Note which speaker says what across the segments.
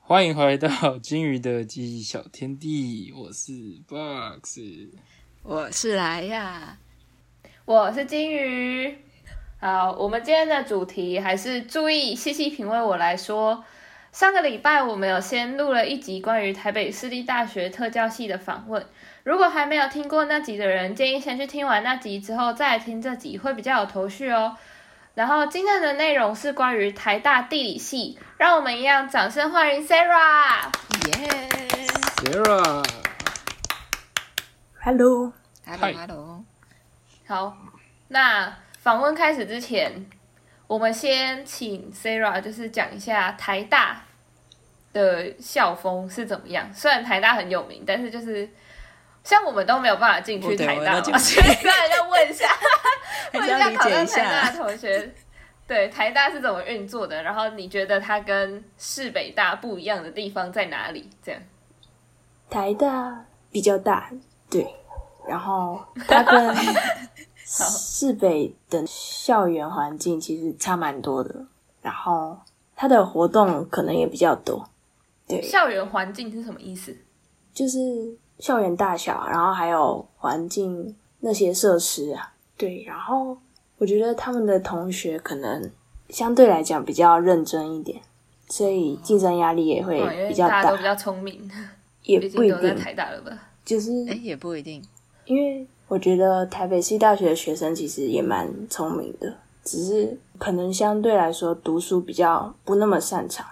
Speaker 1: 欢迎回到金鱼的记忆小天地，我是 Box。
Speaker 2: 我是莱亚，
Speaker 3: 我是金鱼。好，我们今天的主题还是注意细细品味。我来说，上个礼拜我们有先录了一集关于台北市立大学特教系的访问。如果还没有听过那集的人，建议先去听完那集之后再来听这集，会比较有头绪哦。然后今天的内容是关于台大地理系，让我们一样掌声欢迎 Sarah。
Speaker 2: 耶
Speaker 1: Sarah，
Speaker 4: Hello，
Speaker 1: 嗨
Speaker 2: ！Hello Hello，
Speaker 3: 好，那访问开始之前，我们先请 Sarah 就是讲一下台大的校风是怎么样。虽然台大很有名，但是就是像我们都没有办法进去
Speaker 2: 我对
Speaker 3: 台
Speaker 2: 我
Speaker 3: 大
Speaker 2: 要
Speaker 3: 嘛，
Speaker 2: 进
Speaker 3: 所以
Speaker 2: 去
Speaker 3: 大家问一下，
Speaker 2: 还是
Speaker 3: 问一
Speaker 2: 要
Speaker 3: 下
Speaker 2: 理
Speaker 3: 考
Speaker 2: 解
Speaker 3: 上
Speaker 2: 一
Speaker 3: 台大
Speaker 2: 下
Speaker 3: 的。同学，对台大是怎么运作的，然后你觉得它跟市北大不一样的地方在哪里？这样。
Speaker 4: 台大比较大，对，然 后它跟市北的校园环境其实差蛮多的，然后它的活动可能也比较多，对，
Speaker 3: 校园环境是什么意思？
Speaker 4: 就是校园大小，然后还有环境那些设施啊，对，然后我觉得他们的同学可能相对来讲比较认真一点，所以竞争压力也会
Speaker 3: 哦因为
Speaker 4: 比较
Speaker 3: 大家
Speaker 4: 大
Speaker 3: 都比，较聪明，
Speaker 4: 也
Speaker 3: 毕
Speaker 4: 不
Speaker 3: 竟
Speaker 4: 一
Speaker 3: 都在
Speaker 4: 定，
Speaker 3: 台大了吧？
Speaker 4: 就是
Speaker 2: 哎，也不一定。
Speaker 4: 因为我觉得台北系大学的学生其实也蛮聪明的，只是可能相对来说读书比较不那么擅长，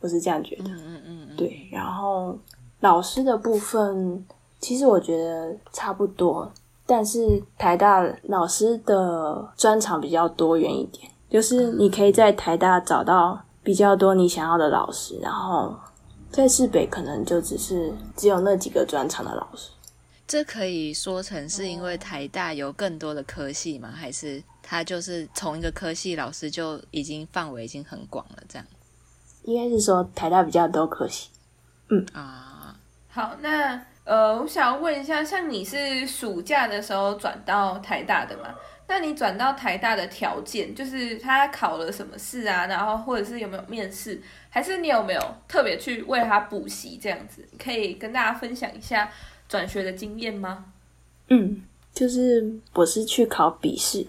Speaker 4: 我是这样觉得。
Speaker 2: 嗯嗯嗯嗯，
Speaker 4: 对，然后老师的部分，其实我觉得差不多，但是台大老师的专长比较多元一点，就是你可以在台大找到比较多你想要的老师，然后在市北可能就只是只有那几个专长的老师。
Speaker 2: 这可以说成是因为台大有更多的科系吗？还是他就是从一个科系老师就已经范围已经很广了这样
Speaker 4: 应该是说台大比较多可惜。
Speaker 2: 啊？
Speaker 3: 好，那呃，我想要问一下，像你是暑假的时候转到台大的嘛？那你转到台大的条件，就是他考了什么试啊？然后或者是有没有面试，还是你有没有特别去为他补习这样子？可以跟大家分享一下转学的经验吗？
Speaker 4: 嗯，就是我是去考笔试，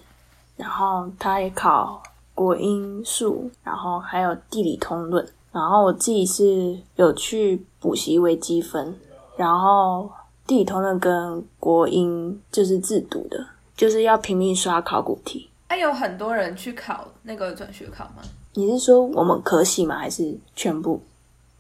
Speaker 4: 然后他也考国英数，然后还有地理通论，然后我自己是有去补习微积分，然后地理通论跟国英就是自读的，就是要拼命刷考古题。
Speaker 3: 那、啊有很多人去考那个转学考吗？
Speaker 4: 你是说我们科系吗？还是全部？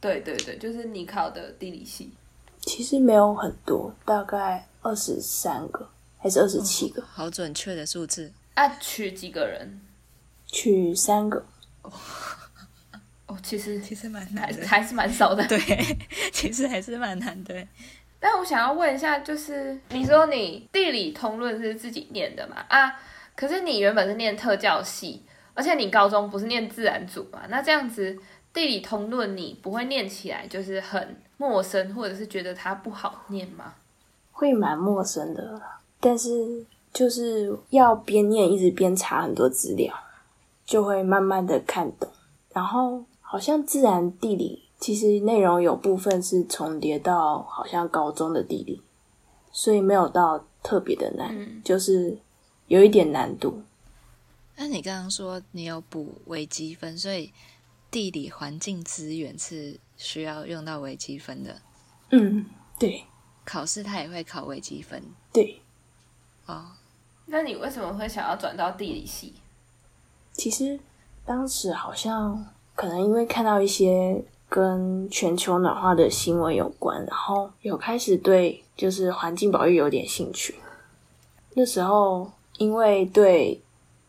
Speaker 3: 对对对，就是你考的地理系。
Speaker 4: 其实没有很多，大概二十三个还是二十七个，
Speaker 2: 好准确的数字，
Speaker 3: 啊，取几个人？
Speaker 4: 去三个。
Speaker 3: 哦，其实
Speaker 2: 其实蛮
Speaker 3: 还
Speaker 2: 难
Speaker 3: 是
Speaker 2: 的。
Speaker 3: 还是蛮少 的。
Speaker 2: 对，其实还是蛮难的。
Speaker 3: 但我想要问一下，就是你说你地理通论是自己念的嘛？啊，可是你原本是念特教系，而且你高中不是念自然组嘛？那这样子地理通论你不会念起来就是很陌生，或者是觉得它不好念吗？
Speaker 4: 会蛮陌生的，但是就是要边念一直边查很多资料，就会慢慢的看懂。然后好像自然地理其实内容有部分是重叠到好像高中的地理，所以没有到特别的难，
Speaker 3: 嗯
Speaker 4: 就是有一点难度。
Speaker 2: 那你刚刚说你有补微积分，所以地理环境资源是需要用到微积分的。
Speaker 4: 嗯，对
Speaker 2: 考试它也会考微积分
Speaker 4: 对，
Speaker 2: 哦。
Speaker 3: 那你为什么会想要转到地理系？
Speaker 4: 其实当时好像可能因为看到一些跟全球暖化的新闻有关，然后有开始对就是环境保育有点兴趣。那时候因为对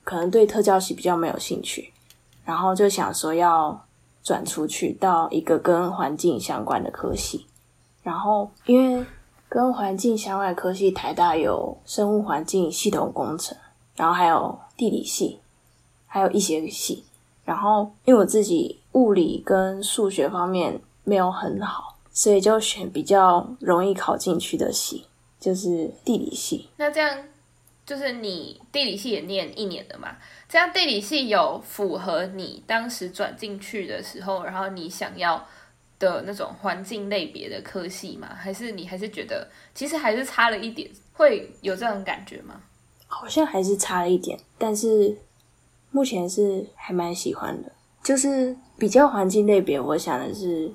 Speaker 4: 可能对特教系比较没有兴趣，然后就想说要转出去到一个跟环境相关的科系，然后因为跟环境相关的科系，台大有生物环境系统工程，然后还有地理系，还有一些系。然后因为我自己物理跟数学方面没有很好，所以就选比较容易考进去的系，就是地理系。
Speaker 3: 那这样就是你地理系也念一年的嘛？这样地理系有符合你当时转进去的时候，然后你想要的那种环境类别的科系吗？还是你还是觉得其实还是差了一点，会有这种感觉吗？
Speaker 4: 好像还是差了一点，但是目前是还蛮喜欢的。就是比较环境类别，我想的是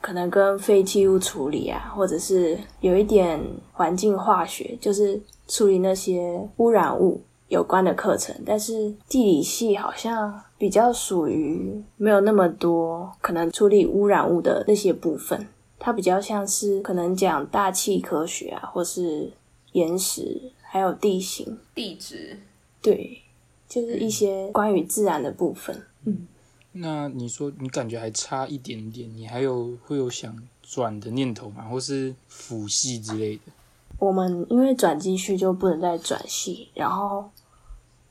Speaker 4: 可能跟废弃物处理啊，或者是有一点环境化学，就是处理那些污染物有关的课程。但是地理系好像比较属于没有那么多可能处理污染物的那些部分，它比较像是可能讲大气科学啊，或是岩石，还有地形，
Speaker 3: 地质
Speaker 4: 对，
Speaker 3: 嗯
Speaker 4: 就是一些关于自然的部分。
Speaker 1: 那你说你感觉还差一点点，你还有会有想转的念头吗？或是辅系之类的？
Speaker 4: 我们因为转进去就不能再转系，然后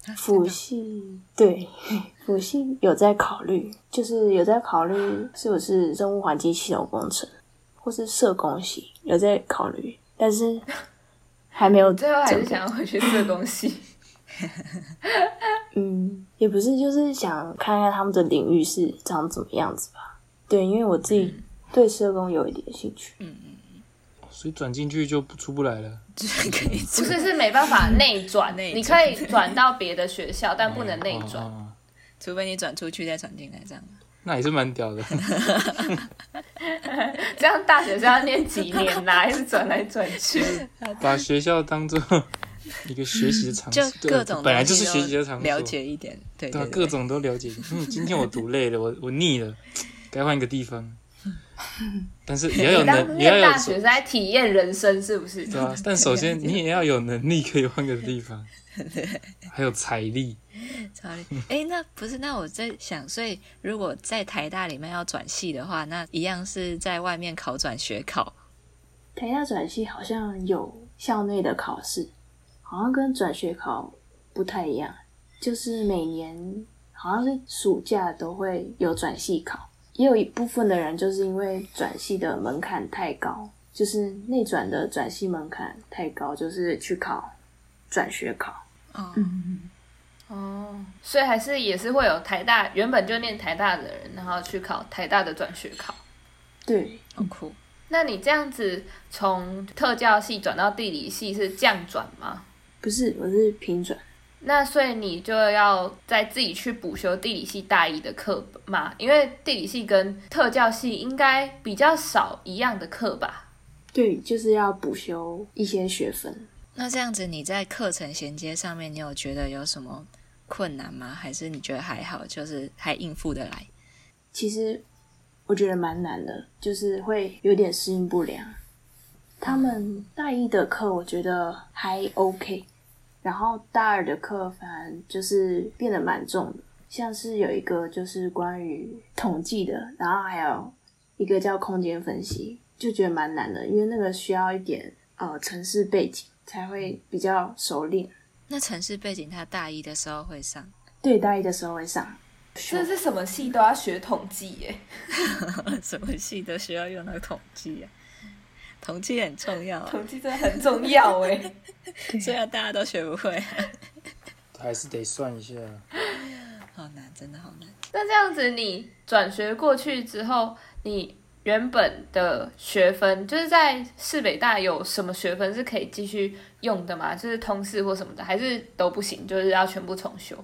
Speaker 2: 啊
Speaker 4: 辅
Speaker 2: 真的
Speaker 4: 系对 辅系有在考虑，就是有在考虑是不是生物环境系统工程或是社工系有在考虑，但是还没有
Speaker 3: 最后还
Speaker 4: 整
Speaker 3: 是
Speaker 4: 个
Speaker 3: 想要回去社工系。
Speaker 4: 嗯，也不是，就是想看看他们的领域是长怎么样子吧。对，因为我自
Speaker 3: 嗯
Speaker 4: 己对社工有一点兴趣，
Speaker 1: 所以转进去就不出不来了。
Speaker 2: 就是可以
Speaker 3: 不
Speaker 2: 做
Speaker 3: 是，是没办法内转，
Speaker 2: 内转
Speaker 3: 你可以转到别的学校，但不能内
Speaker 1: 哦
Speaker 3: 转。
Speaker 1: 哦哦
Speaker 2: 除非你转出去再转进来 这样。
Speaker 1: 那也是蛮屌 的。
Speaker 3: 这样大学是要念几年啦、还是转来转去？
Speaker 1: 把学校当做一个学习的场
Speaker 2: 就
Speaker 1: 所，对
Speaker 2: 各种
Speaker 1: 本来就
Speaker 2: 东
Speaker 1: 是
Speaker 2: 西
Speaker 1: 学习的
Speaker 2: 都
Speaker 1: 场所，
Speaker 2: 了解一点，对
Speaker 1: 对啊
Speaker 2: 对，
Speaker 1: 各种都了解。嗯，今天我读累了，我我腻了，该换一个地方。但是也要有
Speaker 3: 你当
Speaker 1: 能，也要
Speaker 3: 念
Speaker 1: 有
Speaker 3: 大学是在体验人生，是不是？
Speaker 1: 对啊。但首先你也要有能力可以换个地 方，还有财力。
Speaker 2: 超厉哎、那不是？那我在想，所以如果在台大里面要转系的话，那一样是在外面考转学考，
Speaker 4: 台大转系好像有校内的考试，好像跟转学考不太一样，就是每年好像是暑假都会有转系考，也有一部分的人就是因为转系的门槛太高，就是内转的转系门槛太高，就是去考转学考。
Speaker 2: 哦，
Speaker 3: 哦，所以还是也是会有台大原本就念台大的人，然后去考台大的转学考。
Speaker 4: 对，
Speaker 2: 好酷。
Speaker 3: 那你这样子从特教系转到地理系是降转吗？
Speaker 4: 不是，我是平转。
Speaker 3: 那所以你就要再自己去补修地理系大一的课嘛，因为地理系跟特教系应该比较少一样的课吧？
Speaker 4: 对，就是要补修一些学分。
Speaker 2: 那这样子，你在课程衔接上面，你有觉得有什么困难吗？还是你觉得还好，就是还应付得来？
Speaker 4: 其实我觉得蛮难的，就是会有点适应不良。他们大一的课我觉得还 OK，然后大二的课反而就是变得蛮重的，像是有一个就是关于统计的，然后还有一个叫空间分析，就觉得蛮难的，因为那个需要一点呃城市背景才会比较熟练。
Speaker 2: 那城市背景，他大一的时候会上，
Speaker 4: 对，大一的时候会上，
Speaker 3: 这是什么系都要学统计耶、
Speaker 2: 什么系都需要用到统计啊，统计很重要啊，
Speaker 3: 统计真的很重要哎、
Speaker 2: 虽然大家都学不会啊、
Speaker 1: 还是得算一下，
Speaker 2: 好难，真的好难。
Speaker 3: 那这样子，你转学过去之后，你原本的学分就是在市北大有什么学分是可以继续用的吗？就是通识或什么的，还是都不行，就是要全部重修？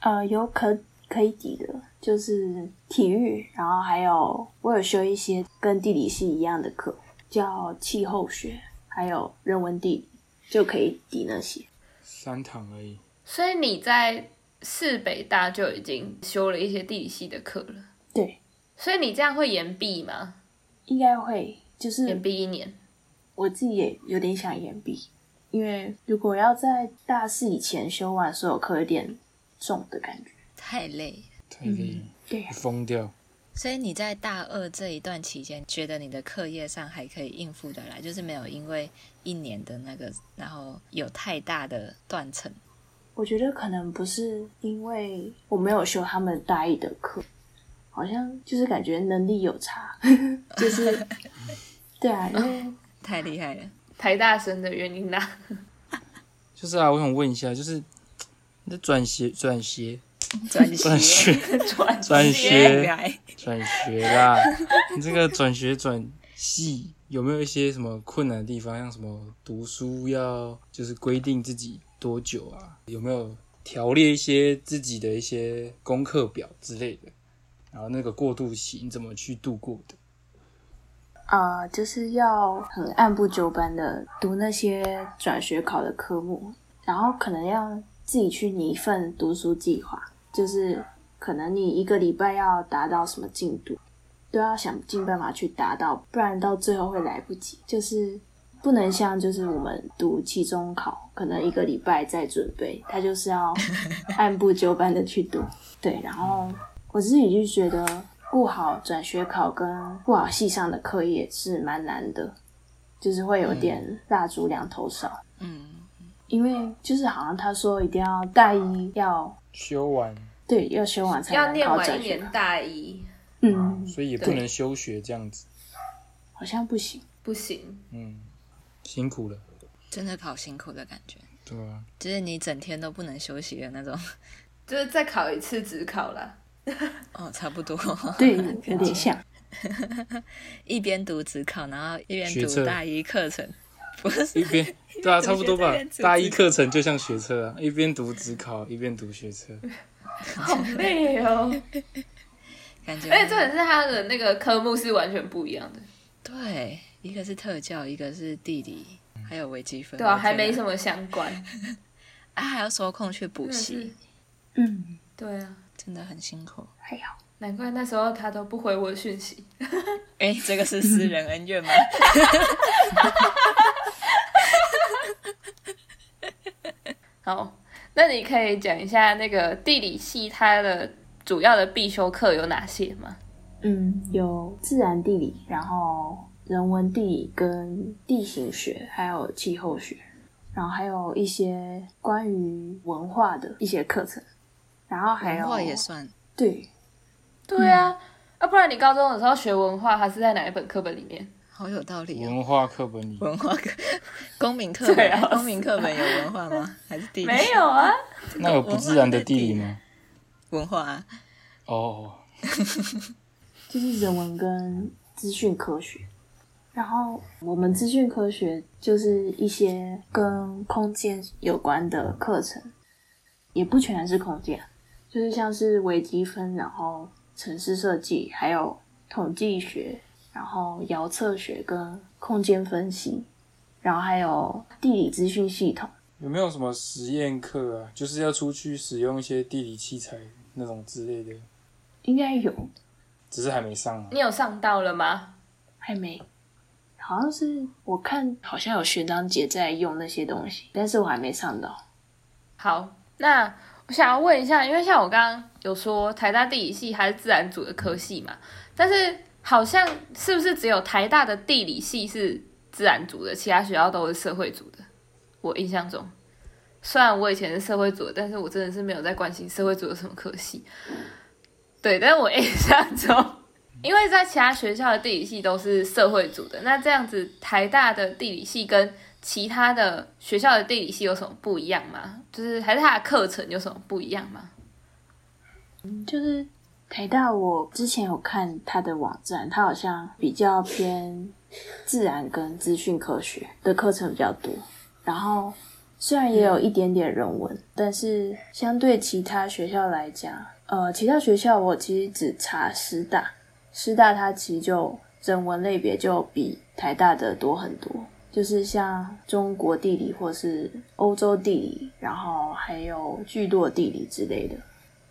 Speaker 4: 呃，有可可以抵的，就是体育，然后还有我有修一些跟地理系一样的课，叫气候学，还有人文地理，就可以抵那些。
Speaker 1: 三堂而已。
Speaker 3: 所以你在市北大就已经修了一些地理系的课了。
Speaker 4: 对，
Speaker 3: 所以你这样会延毕吗？
Speaker 4: 应该会，就是
Speaker 3: 延毕一年？
Speaker 4: 我自己也有点想延毕，因为如果要在大四以前修完所有课，有点重的感觉。
Speaker 2: 太累。
Speaker 1: 太累
Speaker 3: 嗯
Speaker 1: 了，
Speaker 4: 对啊
Speaker 1: 疯掉。
Speaker 2: 所以你在大二这一段期间，觉得你的课业上还可以应付得来，就是没有因为一年的那个，然后有太大的断层。
Speaker 4: 我觉得可能不是因为我没有修他们大一的课，好像就是感觉能力有差，就是对啊，因为
Speaker 2: 太厉害了，
Speaker 3: 台大生的原因啦、啊
Speaker 1: 就是啊，我想问一下，就是你的转学转学
Speaker 2: 转
Speaker 1: 转
Speaker 2: 学
Speaker 1: 学
Speaker 3: 转
Speaker 1: 转
Speaker 2: 学
Speaker 1: 学
Speaker 2: 来，
Speaker 1: 转学啦！你这个转学转系有没有一些什么困难的地方？像什么读书要就是规定自己多久啊？有没有条列一些自己的一些功课表之类的？然后那个过渡期你怎么去度过的？
Speaker 4: 啊，就是要很按部就班的读那些转学考的科目，然后可能要自己去拟一份读书计划，就是可能你一个礼拜要达到什么进度，都要想尽办法去达到，不然到最后会来不及。就是不能像就是我们读期中考，可能一个礼拜再准备，他就是要按部就班的去读。对，然后我自己就觉得顾好转学考跟顾好系上的课业是蛮难的，就是会有点蜡烛两头烧，
Speaker 2: 嗯，
Speaker 4: 因为就是好像他说一定要大一要
Speaker 1: 修完，
Speaker 4: 对要修完才
Speaker 3: 要
Speaker 4: 能
Speaker 3: 念
Speaker 4: 考
Speaker 3: 完
Speaker 4: 转
Speaker 3: 一
Speaker 4: 学
Speaker 3: 年
Speaker 4: 考，
Speaker 3: 大一
Speaker 4: 嗯，
Speaker 1: 所以也不能休学这样子。
Speaker 4: 好像不行。
Speaker 3: 不行，
Speaker 1: 嗯，辛苦了，
Speaker 2: 真的好辛苦的感觉，
Speaker 1: 对啊吧？
Speaker 2: 就是你整天都不能休息的那种。
Speaker 3: 就是再考一次职考啦。
Speaker 2: 哦，差不多，
Speaker 4: 对，有点像。
Speaker 2: 一边读职考，然后一边
Speaker 1: 学
Speaker 2: 读
Speaker 1: 测
Speaker 2: 大一课程，不是
Speaker 1: 一边对啊，
Speaker 2: 怎
Speaker 1: 差
Speaker 2: 么
Speaker 1: 不多
Speaker 2: 学
Speaker 1: 吧
Speaker 2: 这边。组
Speaker 1: 大一
Speaker 2: 织
Speaker 1: 课程就像学车啊，一边读职考，一边读学 车。
Speaker 3: 好累哦！
Speaker 2: 感觉，
Speaker 3: 而且重点是他的那个科目是完全不一样的，
Speaker 2: 对，一个是特教，一个是地理，还有微积分，
Speaker 3: 对啊，
Speaker 2: 我天
Speaker 3: 还没
Speaker 2: 哪
Speaker 3: 什么相关。
Speaker 2: 啊，还要抽空去补
Speaker 3: 真的
Speaker 2: 习
Speaker 3: 是，
Speaker 4: 嗯，
Speaker 3: 对啊，
Speaker 2: 真的很辛苦。
Speaker 4: 还好。
Speaker 3: 难怪那时候他都不回我讯息。
Speaker 2: 哎，这个是私人恩怨吗？
Speaker 3: 好，那你可以讲一下那个地理系它的主要的必修课有哪些吗？
Speaker 4: 嗯，有自然地理，然后人文地理跟地形学，还有气候学，然后还有一些关于文化的一些课程，然后还
Speaker 2: 文
Speaker 4: 有
Speaker 2: 化也算，
Speaker 4: 对，
Speaker 3: 对啊，啊，不然你高中的时候学文化，它是在哪一本课本里面？
Speaker 2: 好有道理哦。
Speaker 1: 文化课本里
Speaker 2: 文化课、公民课本、
Speaker 3: 对啊
Speaker 2: 公民课本有文化吗？还是地理？
Speaker 3: 没有啊，
Speaker 1: 那有不自然的地理吗？
Speaker 2: 文化啊，
Speaker 1: 哦，
Speaker 4: 就是人文跟资讯科学。然后我们资讯科学就是一些跟空间有关的课程，也不全然是空间啊，就是像是微积分，然后城市设计，还有统计学，然后遥测学跟空间分析，然后还有地理资讯系统。
Speaker 1: 有没有什么实验课啊？就是要出去使用一些地理器材那种之类的，
Speaker 4: 应该有，
Speaker 1: 只是还没上啊。
Speaker 3: 你有上到了吗？
Speaker 4: 还没，好像是我看好像有学长姐在用那些东西，但是我还没上到。
Speaker 3: 好，那我想要问一下，因为像我刚刚有说台大地理系还是自然组的科系嘛，但是好像是不是只有台大的地理系是自然组的，其他学校都是社会组的？我印象中，虽然我以前是社会组的，但是我真的是没有在关心社会组有什么科系。对，但是我印象中，因为在其他学校的地理系都是社会组的，那这样子台大的地理系跟其他的学校的地理系有什么不一样吗？就是还是它的课程有什么不一样吗？
Speaker 4: 就是台大，我之前有看他的网站，他好像比较偏自然跟资讯科学的课程比较多，然后虽然也有一点点人文，但是相对其他学校来讲，呃，其他学校我其实只查师大，师大它其实就人文类别就比台大的多很多。就是像中国地理或是欧洲地理，然后还有聚落地理之类的，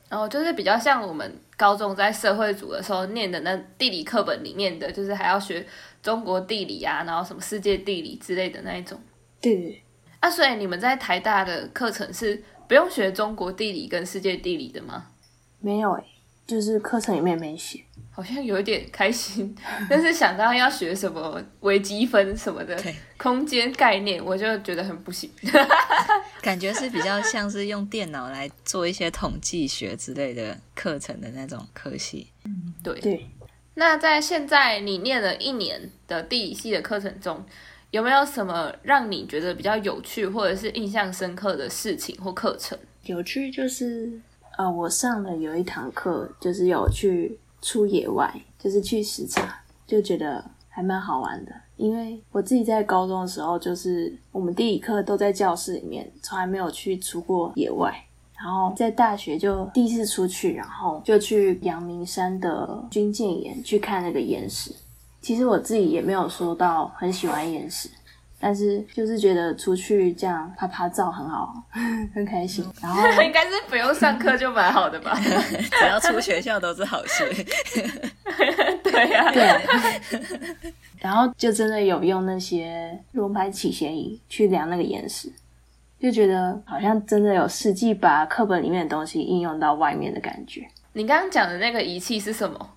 Speaker 3: 然后就是比较像我们高中在社会组的时候念的那地理课本里面的，就是还要学中国地理啊，然后什么世界地理之类的那一种。
Speaker 4: 对对对，
Speaker 3: 啊，所以你们在台大的课程是不用学中国地理跟世界地理的吗？
Speaker 4: 没有诶、就是课程里面没写。
Speaker 3: 好像有一点开心， 但是想到要学什么微积分什么的
Speaker 2: 对
Speaker 3: 空间概念，我就觉得很不行。
Speaker 2: 感觉是比较像是用电脑来做一些统计学之类的课程的那种科系。
Speaker 3: 对，
Speaker 4: 对，
Speaker 3: 那在现在你念了一年的地理系的课程中，有没有什么让你觉得比较有趣或者是印象深刻的事情或课程？
Speaker 4: 有趣就是呃，我上了有一堂课，就是有去出野外，就是去视察，就觉得还蛮好玩的。因为我自己在高中的时候，就是我们地理课都在教室里面，从来没有去出过野外。然后在大学就第一次出去，然后就去阳明山的军舰岩去看那个岩石。其实我自己也没有说到很喜欢岩石，但是就是觉得出去这样拍拍照很好， 很开心。然后
Speaker 3: 应该是不用上课就蛮好的 吧？ 啊
Speaker 2: 只要出学校都是好事。
Speaker 3: 对呀、
Speaker 4: 对啊，然后就真的有用那些轮盘起弦仪去量那个岩石，就觉得好像真的有实际把课本里面的东西应用到外面的感觉。
Speaker 3: 你刚刚讲的那个仪器是什么？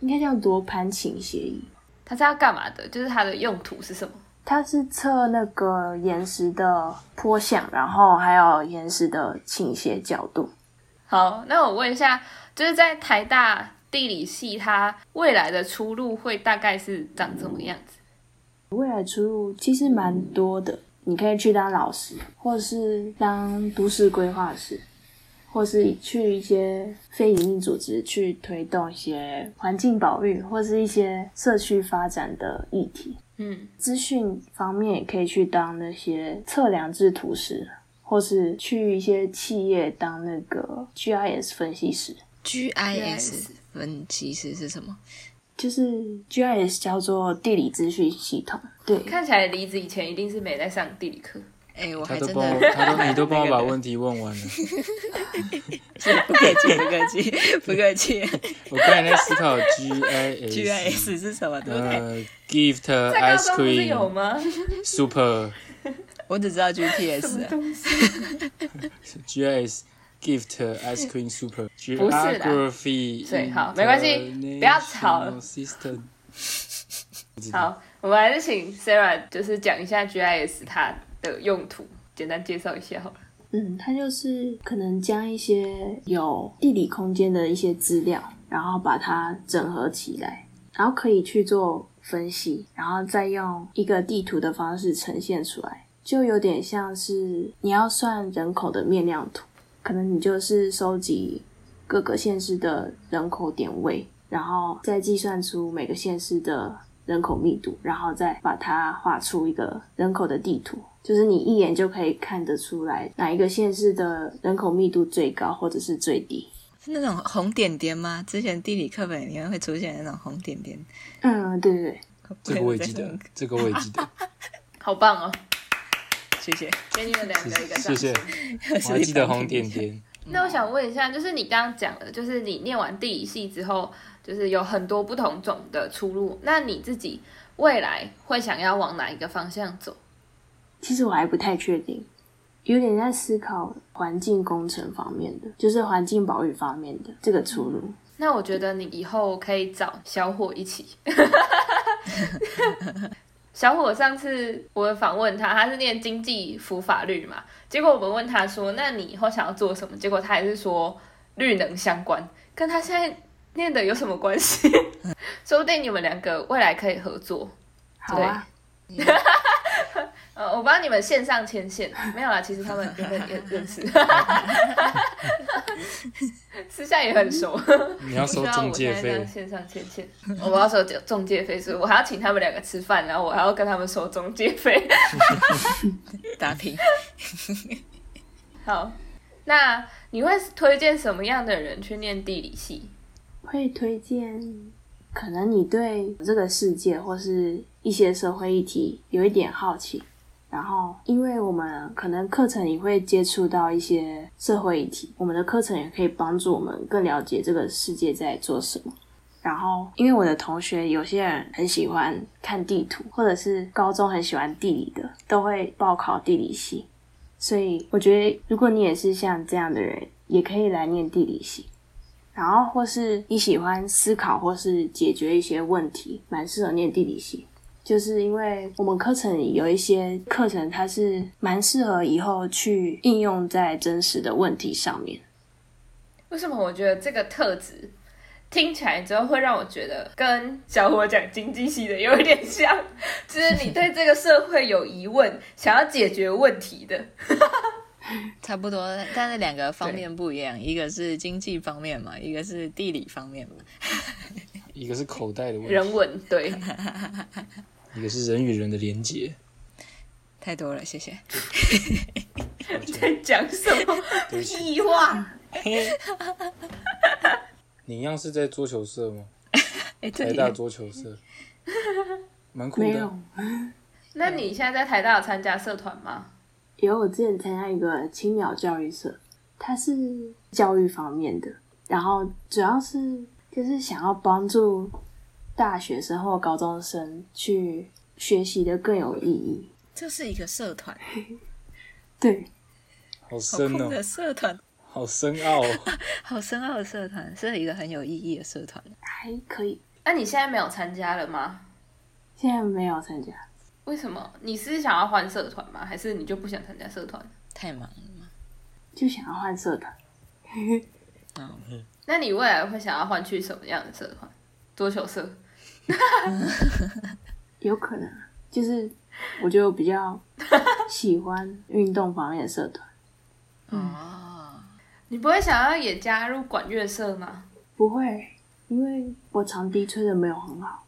Speaker 4: 应该叫罗盘倾斜仪，
Speaker 3: 它是要干嘛的？就是它的用途是什么？
Speaker 4: 它是测那个岩石的坡向，然后还有岩石的倾斜角度。
Speaker 3: 好，那我问一下，就是在台大地理系，它未来的出路会大概是长什么样子？
Speaker 4: 未来出路其实蛮多的，你可以去当老师，或者是当都市规划师，或是去一些非营利组织去推动一些环境保育或是一些社区发展的议题。
Speaker 3: 嗯，
Speaker 4: 资讯方面也可以去当那些测量制图师，或是去一些企业当那个 GIS 分析师。
Speaker 2: GIS 分析师是什么？
Speaker 4: 就是 GIS 叫做地理资讯系统，对，
Speaker 3: 看起来离子以前一定是没在上地理课。
Speaker 2: 哎、我
Speaker 1: 他
Speaker 2: 还
Speaker 1: 都
Speaker 2: 真
Speaker 1: 帮我，
Speaker 2: 的
Speaker 1: 他都你都帮我 把问题问完了。
Speaker 2: 不客气，不客气， 不客气。
Speaker 1: 我刚才在思 考 G I S
Speaker 2: GIS 是什么？对不对？
Speaker 1: 呃，Gift
Speaker 3: 在高
Speaker 1: Ice
Speaker 3: 中不是有
Speaker 1: Cream
Speaker 3: 吗？
Speaker 1: Super
Speaker 2: 我只知道 GPS 啊。
Speaker 1: G I S Gift Ice Cream Super
Speaker 3: 不是啦
Speaker 1: Geography
Speaker 3: 对好没关系不要吵
Speaker 1: International System 不知道
Speaker 3: 好，我们还是请 Sarah 就是讲一下 GIS 它的用途，简单介绍一下好了。
Speaker 4: 嗯，它就是可能将一些有地理空间的一些资料，然后把它整合起来，然后可以去做分析，然后再用一个地图的方式呈现出来，就有点像是你要算人口的面量图，可能你就是收集各个县市的人口点位，然后再计算出每个县市的人口密度，然后再把它画出一个人口的地图，就是你一眼就可以看得出来哪一个县市的人口密度最高或者是最低。
Speaker 2: 是那种红点点吗？之前地理课本里面会出现那种红点点。
Speaker 4: 嗯，对对对，
Speaker 1: 这个我也记 得，这个我也记得，
Speaker 3: 好棒哦，
Speaker 2: 谢谢。
Speaker 3: 给你们两个一个掌
Speaker 1: 谢
Speaker 3: 声。
Speaker 1: 谢， 我还记得红点点。
Speaker 3: 那我想问一下，就是你刚刚讲的，就是你念完地理系之后，就是有很多不同种的出路。那你自己未来会想要往哪一个方向走？
Speaker 4: 其实我还不太确定，有点在思考环境工程方面的，就是环境保育方面的这个出路。
Speaker 3: 那我觉得你以后可以找小伙一起。小伙上次我访问他，他是念经济辅法律嘛，结果我们问他说：“那你以后想要做什么？”结果他还是说绿能相关，跟他现在念的有什么关系？ 说不定你们两个未来可以合作。
Speaker 4: 好啊，
Speaker 3: 呃，我帮你们线上牵线，没有啦，其实他们原本也认 识， 私下也很熟。
Speaker 1: 你要收
Speaker 3: 需要
Speaker 1: 中介
Speaker 3: 我现在 这
Speaker 1: 费
Speaker 3: 样，线上牵 线，我要收中介费，所以我还要请他们两个吃饭，然后我还要跟他们收中介费。
Speaker 2: 打平。
Speaker 3: 好，那你会推荐什么样的人去念地理系？
Speaker 4: 会推荐，可能你对这个世界或是一些社会议题有一点好奇，然后因为我们可能课程也会接触到一些社会议题，我们的课程也可以帮助我们更了解这个世界在做什么。然后，因为我的同学有些人很喜欢看地图，或者是高中很喜欢地理的，都会报考地理系。所以，我觉得如果你也是像这样的人，也可以来念地理系。然后或是你喜欢思考或是解决一些问题，蛮适合念地理系。就是因为我们课程里有一些课程，它是蛮适合以后去应用在真实的问题上面。
Speaker 3: 为什么我觉得这个特质听起来之后会让我觉得跟小伙讲经济系的有一点像，就是你对这个社会有疑问，想要解决问题的。
Speaker 2: 差不多，但是两个方面不一样，一个是经济方面嘛，一个是地理方面嘛。
Speaker 1: 一个是口袋的问题，
Speaker 3: 人文 对，
Speaker 1: 一个是人与人的连接。
Speaker 2: 太多了，谢谢。
Speaker 3: 在讲什么
Speaker 1: 对不起，嗯
Speaker 3: 屁话？
Speaker 1: 你一样是在桌球社吗？
Speaker 2: 哎，对
Speaker 1: 台，大桌球社，蛮酷
Speaker 4: 没
Speaker 1: 的
Speaker 4: 有
Speaker 1: 啊。，
Speaker 3: 那你现在在台大有参加社团吗？
Speaker 4: 有我之前参加一个青鸟教育社，它是教育方面的，然后主要是就是想要帮助大学生或高中生去学习的更有意义。
Speaker 2: 这是一个社团，
Speaker 4: 对，
Speaker 1: 好
Speaker 2: 好
Speaker 1: 深
Speaker 2: 酷
Speaker 1: 哦、
Speaker 2: 的社团，
Speaker 1: 好深奥、哦。
Speaker 2: 好深奥的社团，是一个很有意义的社团。
Speaker 4: 还可以。
Speaker 3: 那你现在没有参加了吗？
Speaker 4: 现在没有参加，
Speaker 3: 为什么？你是想要换社团吗？还是你就不想参加社团？
Speaker 2: 太忙了嘛。
Speaker 4: 就想要换社团。
Speaker 3: 那你未来会想要换去什么样的社团？桌球社？
Speaker 4: 有可能啊，就是我就比较喜欢运动方面的社团，
Speaker 2: 哦，
Speaker 3: 你不会想要也加入管乐社吗？
Speaker 4: 不会，因为我长笛吹的没有很好，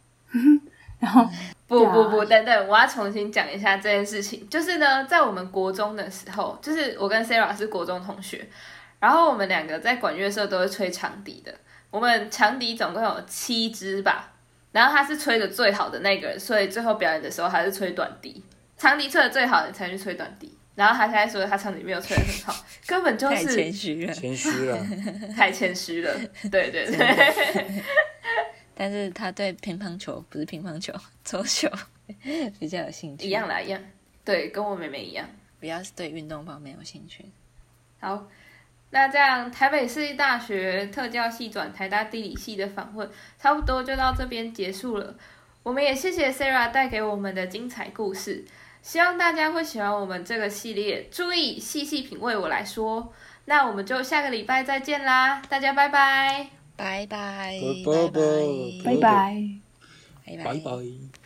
Speaker 4: 然后
Speaker 3: 不
Speaker 4: 对啊
Speaker 3: 不不，等等，我要重新讲一下这件事情。就是呢，在我们国中的时候，就是我跟 Sarah 是国中同学，然后我们两个在管乐社都是吹长笛的。我们长笛总共有七支吧，然后他是吹的最好的那个人，所以最后表演的时候他是吹短笛。长笛吹的最好的才去吹短笛，然后他现在说他长笛没有吹的很好，根本就
Speaker 2: 太
Speaker 3: 是
Speaker 2: 谦虚了，
Speaker 1: 谦虚了，
Speaker 3: 太谦虚了。对 对对。
Speaker 2: 但是他对乒乓球不是乒乓球， 桌球比较有兴趣。
Speaker 3: 一样，啦，一样，对，跟我妹妹一样。
Speaker 2: 比较是对运动方面有兴趣。
Speaker 3: 好，那这样台北市立大学特教系转台大地理系的访问，差不多就到这边结束了。我们也谢谢 Sarah 带给我们的精彩故事，希望大家会喜欢我们这个系列。注意细细品味我来说，那我们就下个礼拜再见啦，大家拜拜。
Speaker 2: 拜拜，
Speaker 1: 啵啵啵
Speaker 4: 拜拜。
Speaker 2: 拜
Speaker 1: 拜拜。